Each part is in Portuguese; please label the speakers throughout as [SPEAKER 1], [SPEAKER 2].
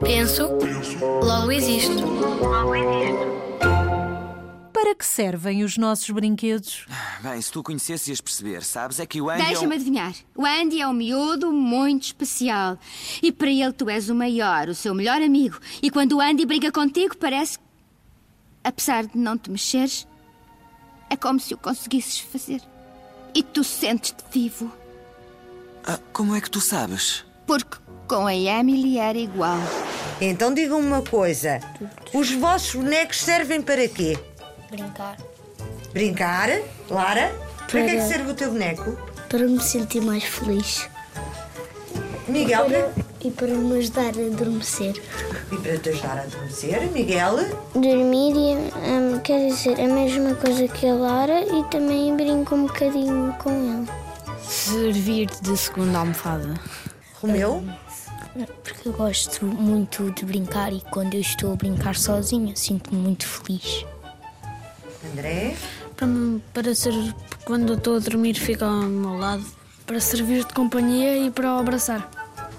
[SPEAKER 1] Penso, logo existo.
[SPEAKER 2] Para que servem os nossos brinquedos?
[SPEAKER 3] Bem, se tu conhecesse ias perceber, sabes? É que o Andy. é um-
[SPEAKER 4] Deixa-me adivinhar. O Andy é um miúdo muito especial. E para ele tu és o maior, o seu melhor amigo. E quando o Andy briga contigo, parece. que, Apesar de não te mexeres, é como se o conseguisses fazer. E tu sentes-te vivo.
[SPEAKER 3] Ah, como é que tu sabes?
[SPEAKER 4] Porque com a Emily era igual.
[SPEAKER 5] Então digam-me uma coisa: os vossos bonecos servem para quê?
[SPEAKER 6] Brincar.
[SPEAKER 5] Brincar? Lara? Para que é que
[SPEAKER 6] Para-
[SPEAKER 5] serve o teu boneco?
[SPEAKER 6] Para me sentir mais feliz.
[SPEAKER 5] Miguel?
[SPEAKER 6] E para me ajudar a adormecer.
[SPEAKER 5] E para te ajudar a adormecer, Miguel?
[SPEAKER 6] Dormir hum, quer dizer a mesma coisa que a Lara e também brinco um bocadinho com ele.
[SPEAKER 7] Servir-te de segunda almofada.
[SPEAKER 5] Romeu?
[SPEAKER 6] Porque eu gosto muito de brincar e quando eu estou a brincar sozinha sinto-me muito feliz.
[SPEAKER 5] André?
[SPEAKER 7] Para, para ser. Quando eu estou a dormir, fica ao meu lado. Para servir de companhia e para o abraçar.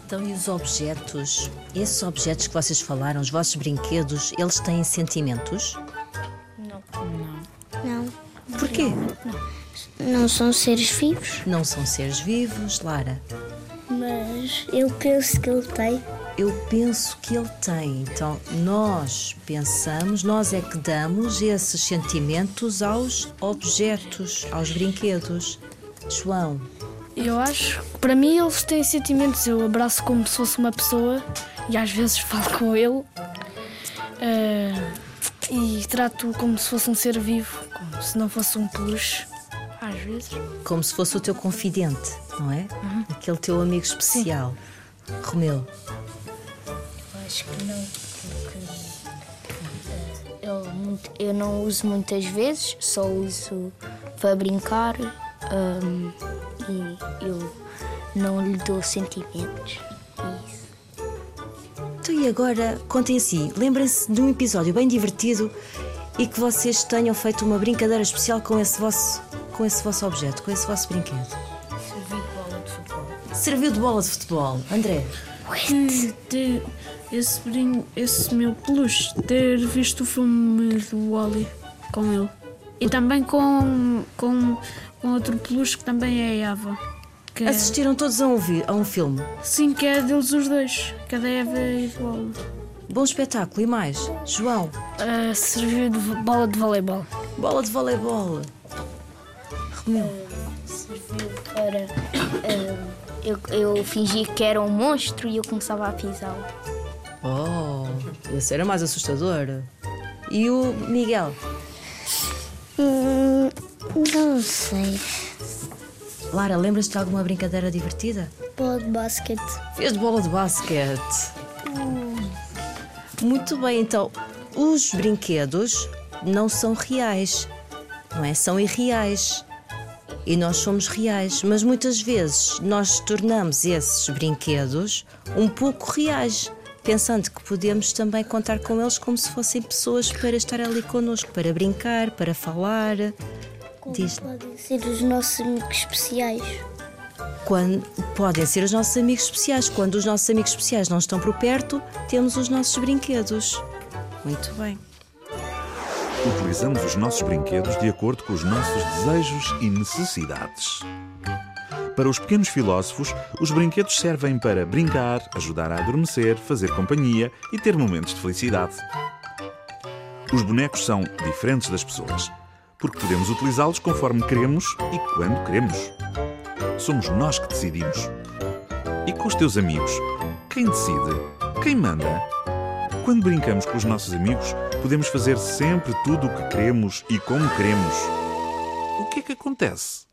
[SPEAKER 8] Então, e os objetos? Esses objetos que vocês falaram, os vossos brinquedos, eles têm sentimentos?
[SPEAKER 6] Não,
[SPEAKER 8] Porquê?
[SPEAKER 6] não são seres vivos.
[SPEAKER 8] Não são seres vivos, Lara.
[SPEAKER 6] Mas eu penso que ele tem.
[SPEAKER 8] Eu penso que ele tem. Então, nós pensamos, nós é que damos esses sentimentos aos objetos, aos brinquedos. João,
[SPEAKER 7] Eu acho. Para mim, eles têm sentimentos. Eu abraço como se fosse uma pessoa e às vezes falo com ele. Ah, e trato-o como se fosse um ser vivo, como se não fosse um peluche. Às vezes.
[SPEAKER 8] como se fosse o teu confidente, não é?
[SPEAKER 6] Uhum.
[SPEAKER 8] Aquele teu amigo especial. Romeu,
[SPEAKER 6] Acho que não, porque eu, muito- eu não uso muitas vezes, só uso para brincar hum, e eu não lhe dou sentimentos. É Isso.
[SPEAKER 8] Então e agora, contem assim, lembrem-se de um episódio bem divertido e que vocês tenham feito uma brincadeira especial com esse vosso, com esse vosso objeto, com esse vosso brinquedo. Serviu de bola de futebol. Serviu de bola de futebol. André,
[SPEAKER 7] Hum, de ter esse, brin... esse meu peluche, ter visto o filme do Wally com ele. E também com, com, com outro peluche que também é a Eva. Que é...
[SPEAKER 8] assistiram todos a um, vi- a um filme.
[SPEAKER 7] Sim, que é deles os dois, que é da Eva e do Wally.
[SPEAKER 8] Bom espetáculo e mais. João,
[SPEAKER 7] serviu de bola de voleibol.
[SPEAKER 8] bola de voleibol.
[SPEAKER 6] Serviu para. hum, eu, eu fingi que era um monstro e eu começava a pisá-lo.
[SPEAKER 8] Oh, esse era mais assustador. E o Miguel?
[SPEAKER 6] Não sei.
[SPEAKER 8] Lara, lembras-te de alguma brincadeira divertida?
[SPEAKER 6] Bola de basquete.
[SPEAKER 8] Fez de bola de basquete. Hum. Muito bem, então, os brinquedos não são reais, não é? São irreais. E nós somos reais, mas muitas vezes nós tornamos esses brinquedos um pouco reais, pensando que podemos também contar com eles como se fossem pessoas para estar ali connosco, para brincar, para falar. Diz,
[SPEAKER 6] Podem ser os nossos amigos especiais.
[SPEAKER 8] quando podem ser os nossos amigos especiais. Quando os nossos amigos especiais não estão por perto, temos os nossos brinquedos. Muito bem.
[SPEAKER 9] Utilizamos os nossos brinquedos de acordo com os nossos desejos e necessidades. Para os pequenos filósofos, os brinquedos servem para brincar, ajudar a adormecer, fazer companhia e ter momentos de felicidade. Os bonecos são diferentes das pessoas, porque podemos utilizá-los conforme queremos e quando queremos. Somos nós que decidimos. E com os teus amigos, quem decide? Quem manda? Quando brincamos com os nossos amigos, podemos fazer sempre tudo o que queremos e como queremos. O que é que acontece?